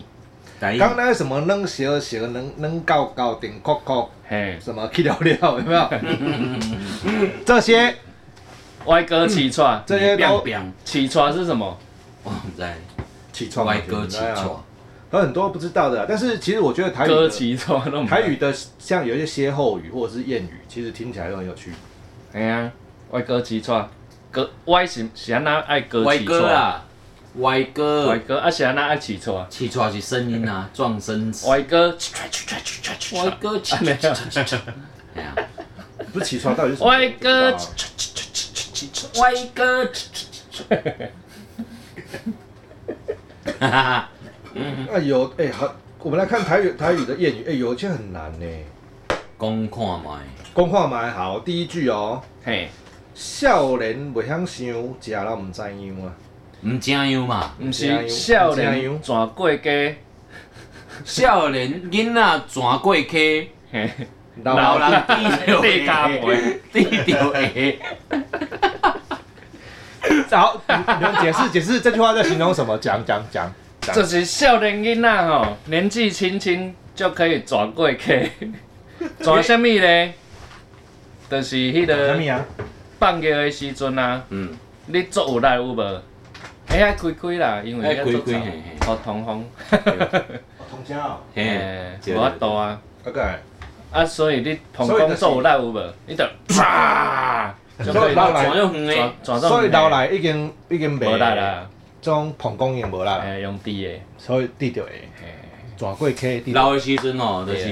Speaker 1: 哎
Speaker 3: 刚刚那个什么扔蛇蛇扔扔高高顶扣扣，
Speaker 2: 嘿，
Speaker 3: 什么去聊聊有没
Speaker 1: (laughs)
Speaker 3: 有？这些
Speaker 2: 歪哥起床，
Speaker 3: 嗯这些
Speaker 1: 变
Speaker 3: 都
Speaker 1: 变，
Speaker 2: 起床是什么？
Speaker 1: 我不知道，
Speaker 3: 起床
Speaker 1: 歪哥起床，，
Speaker 3: 有很多不知道的啊。但是其实我觉得台语
Speaker 2: 哥
Speaker 3: 的
Speaker 2: 起床那种。
Speaker 3: 台语，的像有一些歇后语或者是谚语，其实听起来都很有趣。
Speaker 2: 哎呀，歪哥起床，哥歪是是安那爱哥
Speaker 1: 歪
Speaker 2: 起
Speaker 1: 哥
Speaker 2: 床，
Speaker 1: 啊，歪
Speaker 2: 歪
Speaker 1: 哥，
Speaker 2: 哥啊是安那爱起床，
Speaker 1: 起床是声
Speaker 2: (laughs)
Speaker 1: 音啊，撞声词。
Speaker 2: 歪哥起床起床起床起
Speaker 1: 歪
Speaker 2: 床，
Speaker 1: 哥起
Speaker 2: 没 (laughs) 有，
Speaker 1: 哎呀
Speaker 3: 不是起床到底是什么？
Speaker 2: 歪哥
Speaker 3: 我不
Speaker 2: 起
Speaker 3: 知道啊
Speaker 2: 床起床起床起床，
Speaker 1: 歪哥起床，哈哈哈，
Speaker 3: 哎呦，哎、好，我们来看台语台语的谚语，哎、有一些很难呢、
Speaker 1: 讲看麦，
Speaker 3: 公话蛮好，第一句哦，
Speaker 2: 嘿，
Speaker 3: 少年袂晓想，食了毋知样啊。
Speaker 1: 唔正样嘛，
Speaker 2: 毋是少年转过家，
Speaker 1: 少年囡仔转过溪，
Speaker 2: 嘿，
Speaker 3: (laughs)
Speaker 1: 老
Speaker 3: 老
Speaker 1: 人低着
Speaker 2: 地卡
Speaker 1: 鞋，
Speaker 2: 杯，
Speaker 1: 低着鞋，
Speaker 3: 好，你们解释解释这句话在形容什么？讲讲讲讲
Speaker 2: 就，是少年囡仔吼，年纪轻轻就可以转过去，转什么呢？就是迄
Speaker 3: 什
Speaker 2: 个
Speaker 3: 么啊？
Speaker 2: 放假的时阵啊，
Speaker 1: 嗯，
Speaker 2: 你做有力有无？哎呀，开开啦，因为
Speaker 1: 要开开嘿嘿
Speaker 2: 好哦通风， (laughs)
Speaker 3: 通宵哦，
Speaker 1: 嘿
Speaker 2: 诶，，无法度啊。
Speaker 3: 大概。
Speaker 2: 啊，所以你膀
Speaker 3: 所以就
Speaker 2: 胱
Speaker 3: 是
Speaker 2: 做有力有无？你就啪就可以
Speaker 3: 所以
Speaker 1: 转又远
Speaker 2: 转
Speaker 1: 诶，
Speaker 2: 转到
Speaker 3: 所以老来已经已经
Speaker 2: 无力，啦，哎
Speaker 3: 种膀胱炎无啦，
Speaker 2: 诶，用滴的，
Speaker 3: 所以滴着会转过去滴。
Speaker 1: 老的时阵吼，就是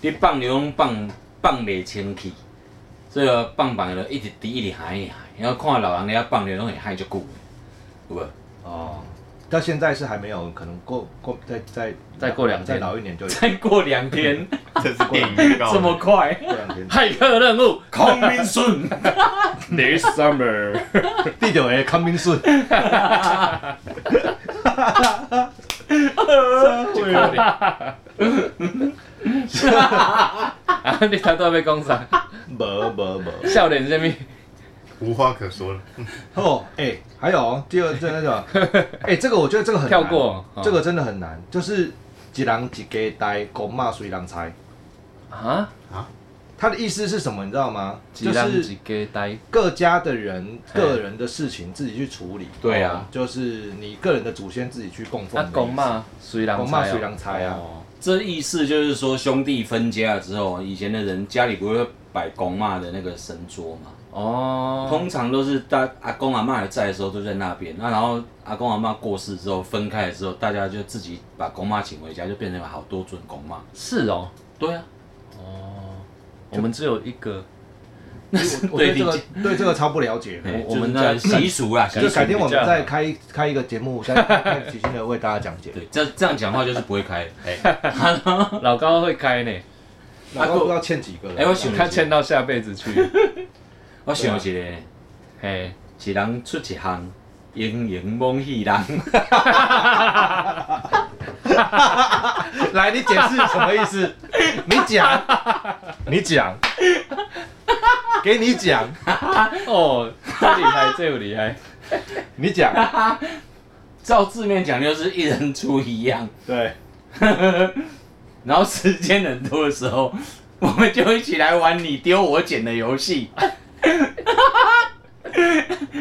Speaker 2: 对
Speaker 1: 你放尿拢放放袂清气，所以哦放放就一直滴一直喊一直喊，然后看老人咧放尿拢会喊足久的，有无？ (laughs)
Speaker 3: 哦，到现在是还没有，可能过过再再
Speaker 2: 再过两天
Speaker 3: 再老一年就有。
Speaker 1: 再过两 (laughs) 天，
Speaker 4: 这是电影预告。
Speaker 1: 这么快？
Speaker 3: 过两天
Speaker 2: 骇客任务
Speaker 1: 康明顺，
Speaker 2: ，This summer。
Speaker 3: 滴着会康明顺，
Speaker 2: (laughs) 啊，你头拄仔要讲啥？ (laughs)
Speaker 3: 无无无。
Speaker 2: 笑脸什么？
Speaker 4: 无话可说了，
Speaker 3: 哦，哎、还有哦第二，这那个，
Speaker 2: (laughs)
Speaker 3: 哎、这个我觉得这个很难
Speaker 2: 跳过哦
Speaker 3: 这个真的很难，就是一人一家呆，公骂谁人猜。
Speaker 2: 啊？
Speaker 3: 他的意思是什么，你知道吗？
Speaker 2: 一
Speaker 3: 就
Speaker 2: 人一
Speaker 3: 是
Speaker 2: 家呆，
Speaker 3: 各家的人
Speaker 2: 嘿
Speaker 3: 个人的事情自己去处理。
Speaker 1: 对啊
Speaker 3: 哦就是你个人的祖先自己去供奉
Speaker 2: 啊
Speaker 3: 的意思。
Speaker 2: 公嘛，随人
Speaker 3: 公骂谁人猜啊？
Speaker 1: 哦，这意思就是说兄弟分家了之后，以前的人家里不会摆公妈的那个神桌嘛，
Speaker 2: 哦，
Speaker 1: 通常都是大阿公阿妈还在的时候都在那边，啊那然后阿公阿妈过世之后分开了之后，大家就自己把公妈请回家，就变成好多尊公妈。
Speaker 2: 是哦，
Speaker 1: 对啊，
Speaker 2: 我们只有一个，
Speaker 3: 我
Speaker 2: (laughs)
Speaker 3: 我对
Speaker 1: 对
Speaker 3: 这个对这个超不了解。
Speaker 1: 嘿
Speaker 2: 我
Speaker 1: 就是
Speaker 2: 们
Speaker 1: 在
Speaker 2: 那
Speaker 1: 习俗啦，习
Speaker 3: 就
Speaker 1: 俗
Speaker 3: 改天我
Speaker 2: 比较
Speaker 3: 们
Speaker 2: 好
Speaker 3: 再开开一个节
Speaker 1: (laughs)
Speaker 3: 目，再再细心的为大家讲解。
Speaker 1: 啊对这这样讲话就是不会开。哎
Speaker 2: 老高会开呢，
Speaker 3: 然后不知道欠几个了。
Speaker 1: 啊哎，我想
Speaker 2: 他
Speaker 1: 了一
Speaker 2: 签
Speaker 1: 个，
Speaker 2: 到下辈子去，
Speaker 1: 我想了一个，
Speaker 2: 嘿，
Speaker 1: 一人出一项，盈盈蒙喜人。
Speaker 3: (laughs) 来，你解释什么意
Speaker 1: (laughs)
Speaker 3: 思？你讲，你讲，给你讲，
Speaker 2: 哦，这厉害，这有厉害，
Speaker 3: 你讲，
Speaker 1: 照字面讲就是一人出一样，
Speaker 3: 对，
Speaker 1: 然后时间很多的时候，我们就一起来玩你丢我捡的游戏。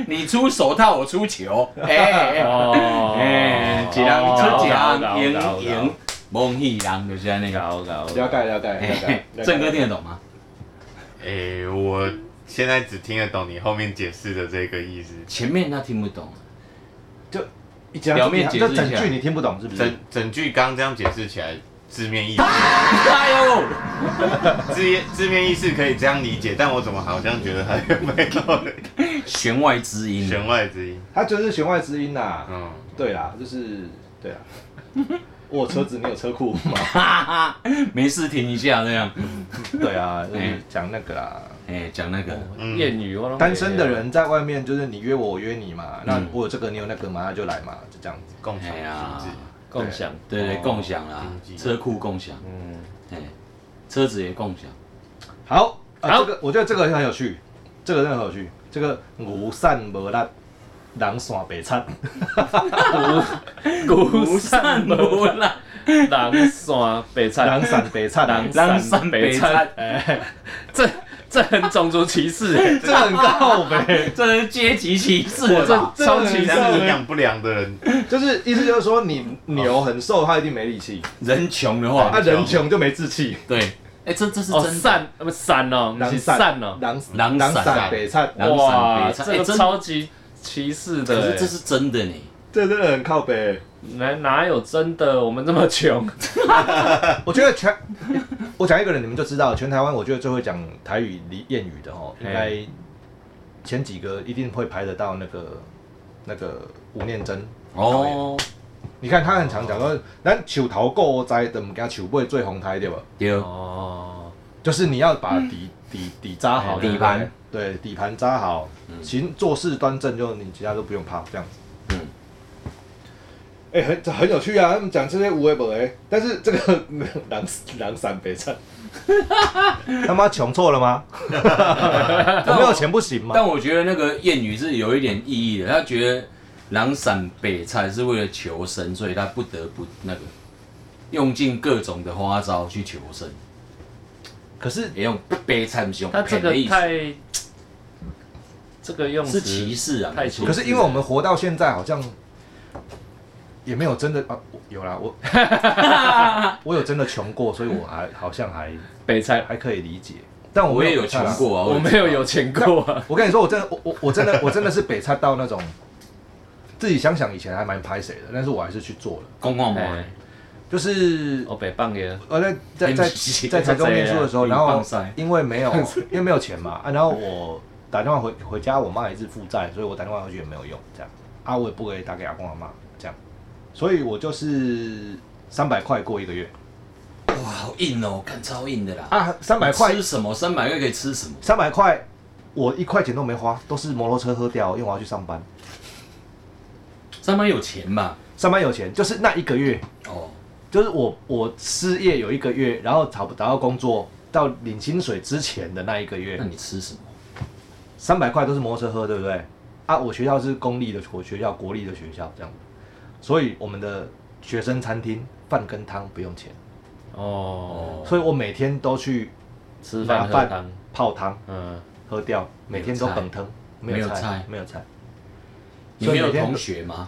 Speaker 1: 你出手套，我出球，哎、哎
Speaker 2: 哦，
Speaker 1: 哎，一人出一
Speaker 2: 搞
Speaker 1: 人，赢
Speaker 2: 搞
Speaker 1: 赢，蒙喜人就是安尼个。
Speaker 2: 搞搞搞，
Speaker 3: 了解了解了
Speaker 1: 哎
Speaker 3: 解。
Speaker 1: 郑哥听得懂吗？
Speaker 4: 诶，我现在只听得懂你后面解释的这个意思，
Speaker 1: 前面他听不懂，
Speaker 3: 你讲
Speaker 1: 表面解释一
Speaker 3: 就
Speaker 1: 下
Speaker 3: 整句你听不懂是不是
Speaker 4: 整？整句刚这样解释起来，字面意思，
Speaker 1: 哎呦，
Speaker 4: 字面字面意思可以这样理解，但我怎么好像觉得它有没有
Speaker 1: 弦外之音，
Speaker 4: 弦外之音？
Speaker 3: 它就是弦外之音啦。
Speaker 4: 嗯，
Speaker 3: 对啦，就是对啦。我有车子，你有车
Speaker 1: (laughs)
Speaker 3: 库吗？
Speaker 1: 哈哈，没事停一下这样。
Speaker 3: 对啊，就是
Speaker 1: 哎
Speaker 3: 讲那个啦。
Speaker 1: 哎、哎，讲那个，
Speaker 4: 嗯
Speaker 2: 谚语
Speaker 1: 哎
Speaker 2: 我都
Speaker 3: 单身的人在外面就是你约我，我约你嘛，
Speaker 1: 嗯
Speaker 3: 那我有这个你有那个嘛，那就来嘛，就这样子。
Speaker 4: 共享
Speaker 1: 哎呀
Speaker 4: 经济，
Speaker 2: 共享，
Speaker 1: 对对，
Speaker 3: 哦
Speaker 1: 共享啦
Speaker 4: 经，济
Speaker 1: 车库共享，
Speaker 2: 嗯，
Speaker 1: 哎，车子也共享，
Speaker 3: 好，啊，
Speaker 2: 好
Speaker 3: 这个我觉得这个很有趣，这个真的很有趣，这个牛散无力，人散白惨。
Speaker 2: 孤山无啦，人散北
Speaker 3: (laughs) 人
Speaker 2: 菜，
Speaker 3: 散白惨，
Speaker 2: 人 (laughs)
Speaker 1: 人散北
Speaker 2: 菜
Speaker 1: 餐，
Speaker 2: 这这很种族歧视欸，
Speaker 3: 这个很靠北， (laughs)
Speaker 1: 这是阶级歧视
Speaker 2: 我
Speaker 1: 吧？
Speaker 2: 这超歧
Speaker 4: 这
Speaker 2: 视
Speaker 4: 样营
Speaker 2: 的，
Speaker 4: 养不良的人，
Speaker 3: 就是意思就是说你牛很瘦，它一定没力气，
Speaker 1: 人穷的话
Speaker 3: 啊，，人穷就没志气。
Speaker 1: 对，哎，这这是
Speaker 2: 哦，
Speaker 1: 真的。
Speaker 2: 散呃不散哦，不
Speaker 3: 人
Speaker 2: 是散哦，
Speaker 3: 人
Speaker 1: 人
Speaker 3: 人
Speaker 1: 散
Speaker 3: 散白惨，
Speaker 1: 人散
Speaker 2: 哇，
Speaker 1: 北菜
Speaker 2: 这
Speaker 1: 哎
Speaker 2: 个
Speaker 1: 真
Speaker 2: 超级歧视
Speaker 1: 可
Speaker 2: 的
Speaker 1: 是这
Speaker 2: 欸，
Speaker 1: 是真的呢，
Speaker 3: 这真的很靠北。
Speaker 2: 哪哪有真的我们这么
Speaker 1: (laughs)
Speaker 2: 穷？
Speaker 3: 我觉得全，我讲一个人你们就知道，全台湾我觉得最会讲台语俚谚语的哦，应该前几个一定会排得到那个那个吴念真。
Speaker 1: 哦，
Speaker 3: 你看他很常讲说，咱手头够栽，怎么给他手背最红台对吧？
Speaker 1: 对，
Speaker 2: 哦，
Speaker 3: 就是你要把底底底扎好，
Speaker 1: 哎底
Speaker 3: 对不对
Speaker 1: 盘
Speaker 3: 对底盘扎好，行做事端正，就你其他都不用怕这样子。
Speaker 1: 嗯，
Speaker 3: 哎、很这很有趣啊！他们讲这些无为不为，但是这个 (laughs) 狼狼散北
Speaker 1: (laughs)
Speaker 3: 站，他妈穷错了吗？我没有钱不行吗？
Speaker 1: 但我觉得那个谚语是有一点意义的，他觉得狼散北菜是为了求生，所以他不得不那个用尽各种的花招去求生，
Speaker 3: 可是
Speaker 1: 也用北菜不是用
Speaker 2: 他这
Speaker 1: 骗
Speaker 2: 个
Speaker 1: 的意思，
Speaker 2: 太，这个用词
Speaker 1: 是歧视啊，
Speaker 2: 太歧视
Speaker 3: 可是因为我们活到现在，好像也没有真的啊，我有啦，我我有真的穷过，所以我还好像还
Speaker 2: 北菜，
Speaker 3: 还可以理解。但我
Speaker 1: 我也
Speaker 3: 没
Speaker 1: 有
Speaker 3: 北菜
Speaker 1: 穷
Speaker 3: 啦。
Speaker 1: 过啊，
Speaker 2: 我没有有钱
Speaker 1: (laughs)
Speaker 2: 过啊，
Speaker 3: 我跟你说，我真的，我我我真的，我真的是北差到那种，自己想想以前还蛮拍谁的，但是我还是去做了。
Speaker 1: 公共
Speaker 2: 哎
Speaker 1: 嘛，
Speaker 3: 就是
Speaker 1: 哦
Speaker 2: 我北棒也
Speaker 3: 我在在在
Speaker 1: MC
Speaker 3: 在台中念书的时候，然后
Speaker 1: 棒赛
Speaker 3: 因为没有 (laughs) 因为没有钱嘛，啊，然后我打电话回回家，我妈也是负债，所以我打电话回去也没有用，这样啊，我也不可以打给阿公阿妈这样，所以我就是三百块过一个月
Speaker 1: 哇，好硬哦，看超硬的啦，
Speaker 3: 啊，三百块
Speaker 1: 吃什么？三百块可以吃什么？
Speaker 3: 三百块，我一块钱都没花，都是摩托车喝掉，因为我要去上班，
Speaker 1: 三百有钱吧？
Speaker 3: 上班有钱，就是那一个月。
Speaker 1: 哦，
Speaker 3: 就是我我失业有一个月，然后找不找到工作，到领薪水之前的那一个月
Speaker 1: 那，你吃什么？
Speaker 3: 三百块都是摩托车喝，对不对？啊，我学校是公立的国学校，国立的学校这样，所以我们的学生餐厅饭跟汤不用钱，
Speaker 2: 哦，
Speaker 3: 所以我每天都去
Speaker 2: 吃
Speaker 3: 拿
Speaker 2: 饭喝
Speaker 3: 饭
Speaker 2: 汤，
Speaker 3: 泡汤
Speaker 2: 嗯，
Speaker 3: 喝掉，
Speaker 1: 没有
Speaker 3: 每天都
Speaker 1: 菜
Speaker 3: 本汤，没
Speaker 1: 没有
Speaker 3: 有菜
Speaker 1: 菜，
Speaker 3: 没有菜。
Speaker 1: 你没
Speaker 3: 所以每
Speaker 1: 有
Speaker 3: 天
Speaker 1: 同学吗？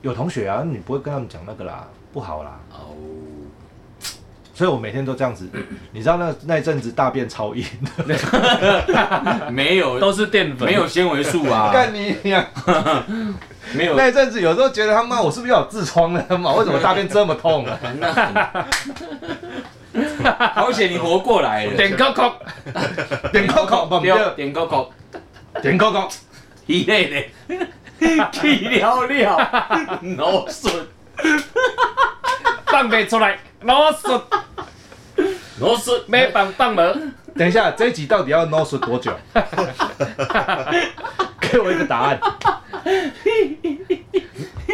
Speaker 3: 有同学啊，你不会跟他们讲那个啦，不好啦。
Speaker 1: 哦，
Speaker 3: 所以我每天都这样子，你知道那那一阵子大便超
Speaker 1: (laughs)
Speaker 3: 硬，
Speaker 1: 没有，
Speaker 2: 都是淀粉，
Speaker 1: 没有纤维素啊，
Speaker 3: (laughs) 干你娘！
Speaker 1: 没有
Speaker 3: 那一阵子有时候觉得他妈我是不是要有痔疮了嘛？为什么大便这么痛
Speaker 1: (laughs)
Speaker 3: 啊？
Speaker 1: 那很 (laughs) 好险你活过来了。
Speaker 2: 点 Coco
Speaker 3: 点扣扣， (laughs) 不
Speaker 1: 对
Speaker 3: 对，
Speaker 1: 点高 (laughs) 高，
Speaker 3: 点扣扣，
Speaker 1: 一类的， (laughs) 气了了， (laughs) 脑损，
Speaker 2: (laughs) 放袂出来，老实
Speaker 1: 脑损，
Speaker 2: 没放放无，
Speaker 3: 等一下，这一集到底要 no 说多久？
Speaker 1: (laughs)
Speaker 3: 给我一个答案。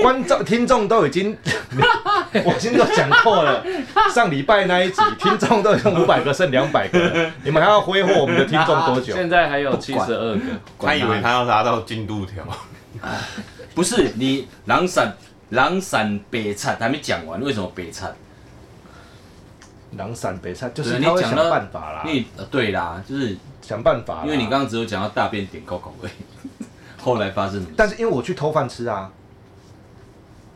Speaker 3: 观众、听众都已经， (laughs) 我今天都讲过了。上礼拜那一集，听众都已经五百个，剩两百个了，你们还要挥霍我们的听众多
Speaker 1: 啊
Speaker 3: 久？
Speaker 2: 现在还有七十二
Speaker 1: 哦
Speaker 2: 个，
Speaker 4: 他以为他要拉到进度条，
Speaker 1: 不是你狼散狼散北菜还没讲完，为什么北菜？
Speaker 3: 狼散北菜就是
Speaker 1: 对
Speaker 3: 他会
Speaker 1: 你讲
Speaker 3: 想
Speaker 1: 了
Speaker 3: 办法啦，
Speaker 1: 你呃对啦，就是
Speaker 3: 想办啊法啦。
Speaker 1: 因为你刚刚只有讲到大便点高高而已， (laughs) 后来发生什么事？
Speaker 3: 但是因为我去偷饭吃啊，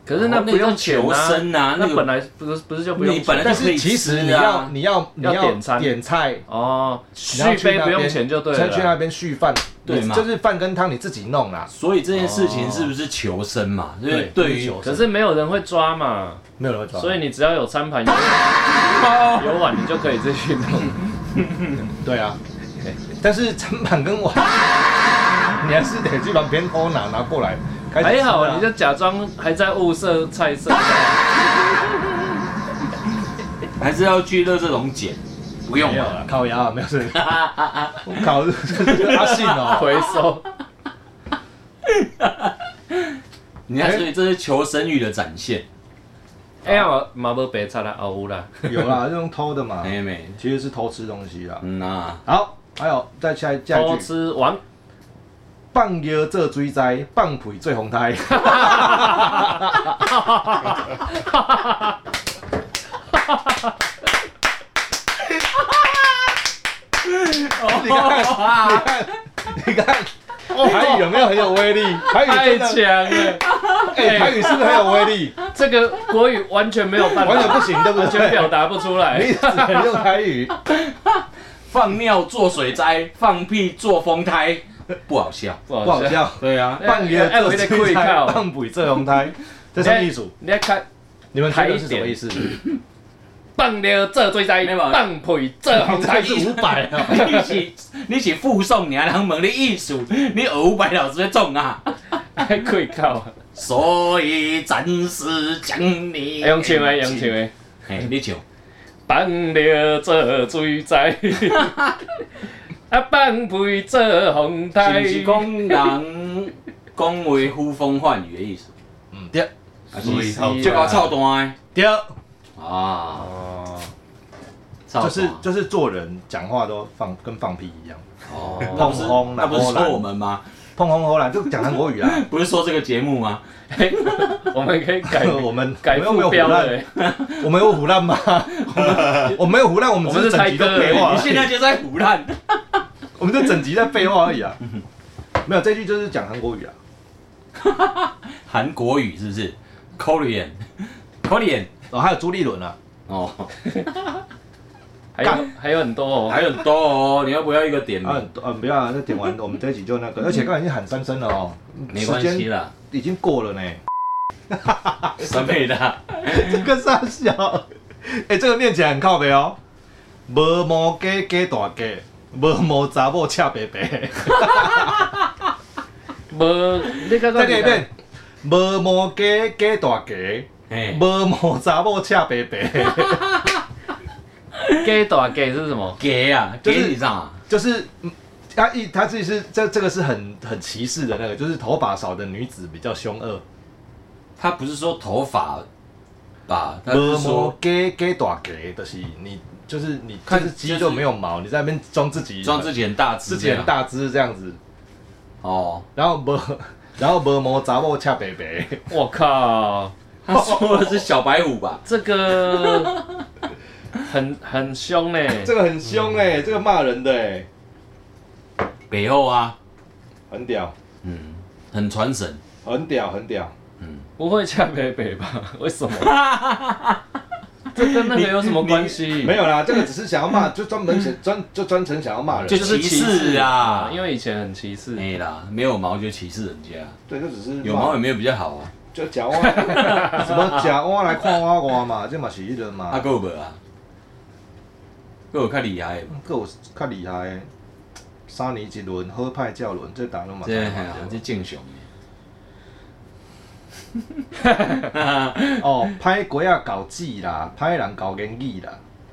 Speaker 2: 可是那不用钱
Speaker 1: 哦求
Speaker 2: 啊，
Speaker 1: 生啊，那
Speaker 2: 那本
Speaker 1: 个
Speaker 2: 来不是不是就不用
Speaker 1: 你本来
Speaker 2: 钱
Speaker 3: 但
Speaker 1: 可
Speaker 3: 是
Speaker 1: 以
Speaker 3: 其
Speaker 1: 吃
Speaker 3: 实你
Speaker 1: 啊
Speaker 3: 要你要你
Speaker 2: 要点餐
Speaker 3: 点菜，
Speaker 2: 哦，续
Speaker 3: 然后去
Speaker 2: 杯
Speaker 3: 那
Speaker 2: 不用
Speaker 3: 边
Speaker 2: 钱就对
Speaker 3: 再去那
Speaker 2: 了，
Speaker 3: 边续饭，
Speaker 1: 对
Speaker 3: 你
Speaker 1: 嘛
Speaker 3: 就是饭跟汤你自己弄啦，
Speaker 1: 所以这件事情是不是求生嘛？就是对于
Speaker 3: 有
Speaker 2: 可是没有人会抓嘛，
Speaker 3: 没有人会抓，
Speaker 2: 所以你只要有餐
Speaker 3: (laughs)
Speaker 2: 盘有有碗，你就可以自己弄。
Speaker 3: 对啊，但是砧板跟 (laughs) 碗，你还是得去把边偷拿拿过来，开始吃
Speaker 2: 还
Speaker 3: 啊
Speaker 2: 好，你就假装还在物色菜色，
Speaker 1: 还是要去乐这种捡，不用
Speaker 3: 没有
Speaker 1: 了。
Speaker 3: 了， (laughs) 烤鸭啊没有事。我烤阿信 (laughs) 哦，
Speaker 2: 回收。
Speaker 1: 你看，所以这是求生欲的展现。
Speaker 2: 哎呀，嘛嘛无白菜啦，哦有啦，
Speaker 3: 有啦，这种偷的嘛，
Speaker 1: 妹妹，
Speaker 3: 其实是偷吃东西啦。
Speaker 1: 嗯啊，
Speaker 3: 好，还有再下一下
Speaker 2: 偷
Speaker 3: 一句，
Speaker 2: 吃王，
Speaker 3: 放药做水灾，放屁做红胎。你看，你看，你看，台语有没有很有威力？台
Speaker 2: 太
Speaker 3: 语真
Speaker 2: 强
Speaker 3: 的，
Speaker 2: 了，
Speaker 3: 哎，台语是不是很有威力？
Speaker 2: 这个国语完全没有办法，
Speaker 3: 完全不行，对不
Speaker 2: 完全表
Speaker 3: 对？
Speaker 2: 达不出来
Speaker 3: 你。只能用台语，
Speaker 1: 放尿做水灾，放屁做风胎， (laughs) 不好笑。
Speaker 2: 不
Speaker 3: 不好。笑。
Speaker 1: 对啊，
Speaker 3: 放药
Speaker 2: 哎哎我
Speaker 3: 做
Speaker 2: 有点
Speaker 3: 水
Speaker 2: 愧
Speaker 3: 灾，
Speaker 2: 疚
Speaker 3: 放屁做红胎，这什么意思？
Speaker 2: 你要看
Speaker 3: 你们觉得是什么意思？
Speaker 2: 放尿做水灾
Speaker 1: 没有，啊
Speaker 2: 放屁做
Speaker 3: (laughs)
Speaker 2: 红菜
Speaker 3: 才。是五
Speaker 2: (laughs)
Speaker 3: 百
Speaker 2: 哦
Speaker 3: 啊！
Speaker 1: (laughs) 你是你是附送你还能问你艺术，你学五百老师在中啊。
Speaker 2: 太愧靠啊！
Speaker 1: 所以暂时将你
Speaker 2: 哎用唱的，用唱的。
Speaker 1: 啊嘿，你唱，
Speaker 2: 放尿做水
Speaker 3: (laughs)
Speaker 2: 灾，啊放屁做红
Speaker 1: 是
Speaker 2: 菜
Speaker 1: 不。是讲人讲话呼风唤雨的意思？
Speaker 3: 嗯，对
Speaker 1: 还
Speaker 4: 所以
Speaker 1: 是啊
Speaker 4: 好
Speaker 1: 这个臭蛋
Speaker 3: 对，
Speaker 1: 的啊？
Speaker 3: 哦，
Speaker 1: 臭蛋
Speaker 3: 就是就是做人讲话都放跟放屁一样，
Speaker 1: 哦，那
Speaker 3: 碰
Speaker 1: 不是
Speaker 3: 轰
Speaker 1: 那
Speaker 3: 啦
Speaker 1: 不是
Speaker 3: 轰啦
Speaker 1: 说我们吗？
Speaker 3: 碰轰欧啦，就讲韩国语啊啦。
Speaker 1: 不是说这个节目吗？
Speaker 2: 嘿我们可以
Speaker 3: (laughs)
Speaker 2: 改
Speaker 3: 我们
Speaker 2: 改
Speaker 3: 我们又没有
Speaker 2: 副
Speaker 3: 胡
Speaker 2: 标
Speaker 3: 乱
Speaker 2: 了，欸
Speaker 3: 我们有胡乱吗？我们有胡乱，我们只是整集都废话
Speaker 1: 你
Speaker 3: 而
Speaker 1: 现
Speaker 3: 已。
Speaker 1: 在就在胡乱。
Speaker 3: 我们就整集在废话而已啊。没有这句就是讲韩国语啊，
Speaker 1: 韩国语是不是？Korean，Korean
Speaker 3: 哦，还有朱立伦啊，
Speaker 1: 哦，
Speaker 2: 还有还有很多哦。
Speaker 1: 还有很多哦，你要不要一个点名？
Speaker 3: 啊，啊，不要啊，那点完我们这一集就那个，而且刚才已经喊三声了哦，
Speaker 1: 没关
Speaker 3: 时
Speaker 1: 系
Speaker 3: 间
Speaker 1: 啦，
Speaker 3: 已经过了呢。
Speaker 1: 什么的，
Speaker 3: 这个傻笑， (laughs) 哎，这个念起来很靠背哦，无毛鸡鸡大鸡，无毛查某赤白白。
Speaker 2: 无，你刚
Speaker 3: 再
Speaker 2: 刚
Speaker 3: 念一遍，无毛鸡鸡大鸡，
Speaker 1: (laughs) 哎，
Speaker 3: 无毛查某赤白白， (laughs)
Speaker 2: 给大给是什么？
Speaker 1: 给啊，
Speaker 3: 就是
Speaker 1: 给你啥？
Speaker 3: 就是。嗯他一他自己是这这个是很很歧视的那个，就是头发少的女子比较凶恶。
Speaker 1: 他不是说头发吧？他
Speaker 3: 无
Speaker 1: 是
Speaker 3: 毛
Speaker 1: 说
Speaker 3: 给给大给，就是你就是你
Speaker 1: 看
Speaker 3: 就是鸡
Speaker 1: 就
Speaker 3: 就是没有毛，你在那边装自己
Speaker 1: 装自己很啊大
Speaker 3: 自
Speaker 1: 只这
Speaker 3: 己
Speaker 1: 样，
Speaker 3: 很大只这样子，
Speaker 1: 哦。
Speaker 3: 然后无然后无毛查某赤白白，
Speaker 2: 我靠，
Speaker 1: (laughs) 他说的是小白虎吧？
Speaker 2: 这个很很凶呢。
Speaker 3: 这个很凶哎，
Speaker 1: 嗯
Speaker 3: 这个骂人的哎，
Speaker 1: 北后啊，
Speaker 3: 很屌
Speaker 1: 嗯，很传神，
Speaker 3: 很屌很屌，
Speaker 1: 嗯，
Speaker 2: 不会嫁北北吧？为什么？
Speaker 3: (laughs)
Speaker 2: 这跟那个有什么关系？
Speaker 1: 嗯
Speaker 3: 没有啦，这个只是想要骂，就专门想专就专程想要骂人
Speaker 1: 就，
Speaker 2: 就是
Speaker 1: 歧视啊
Speaker 2: 啊，因为以前很歧视。
Speaker 1: 没哎啦，没有毛就歧视人家，啊
Speaker 3: 对，就只是
Speaker 1: 有
Speaker 3: 骂
Speaker 1: 毛也没有比较好啊。
Speaker 3: 就假
Speaker 1: (laughs)
Speaker 3: 蛙，什么假蛙来看我我嘛，这嘛是一人
Speaker 1: 啊，
Speaker 3: 嘛，
Speaker 1: 够无啊？够较厉害的无，
Speaker 3: 个嗯有较厉害的，三年一轮好歹叫轮，这打拢嘛，
Speaker 1: 这吓啊，这正常的。
Speaker 3: 哦，歹鬼啊搞字啦，歹人搞言语啦，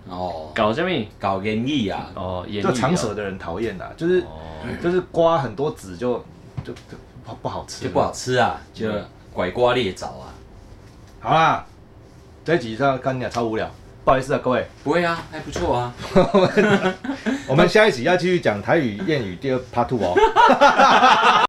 Speaker 1: 哦，
Speaker 2: 搞什么？
Speaker 1: 搞言语啊，
Speaker 2: 哦，演
Speaker 3: 就长舌的人讨厌啦，就是
Speaker 2: 哦，
Speaker 3: 就是刮很多籽就就就不不好吃，
Speaker 1: 就不好。吃啊，就拐瓜裂枣啊。
Speaker 3: 好啦，这一集上干你啊超无聊，不好意思啊各位，
Speaker 1: 不会啊，还不错啊。
Speaker 3: 我们下一集要继续讲台语谚语第二 part two 哦。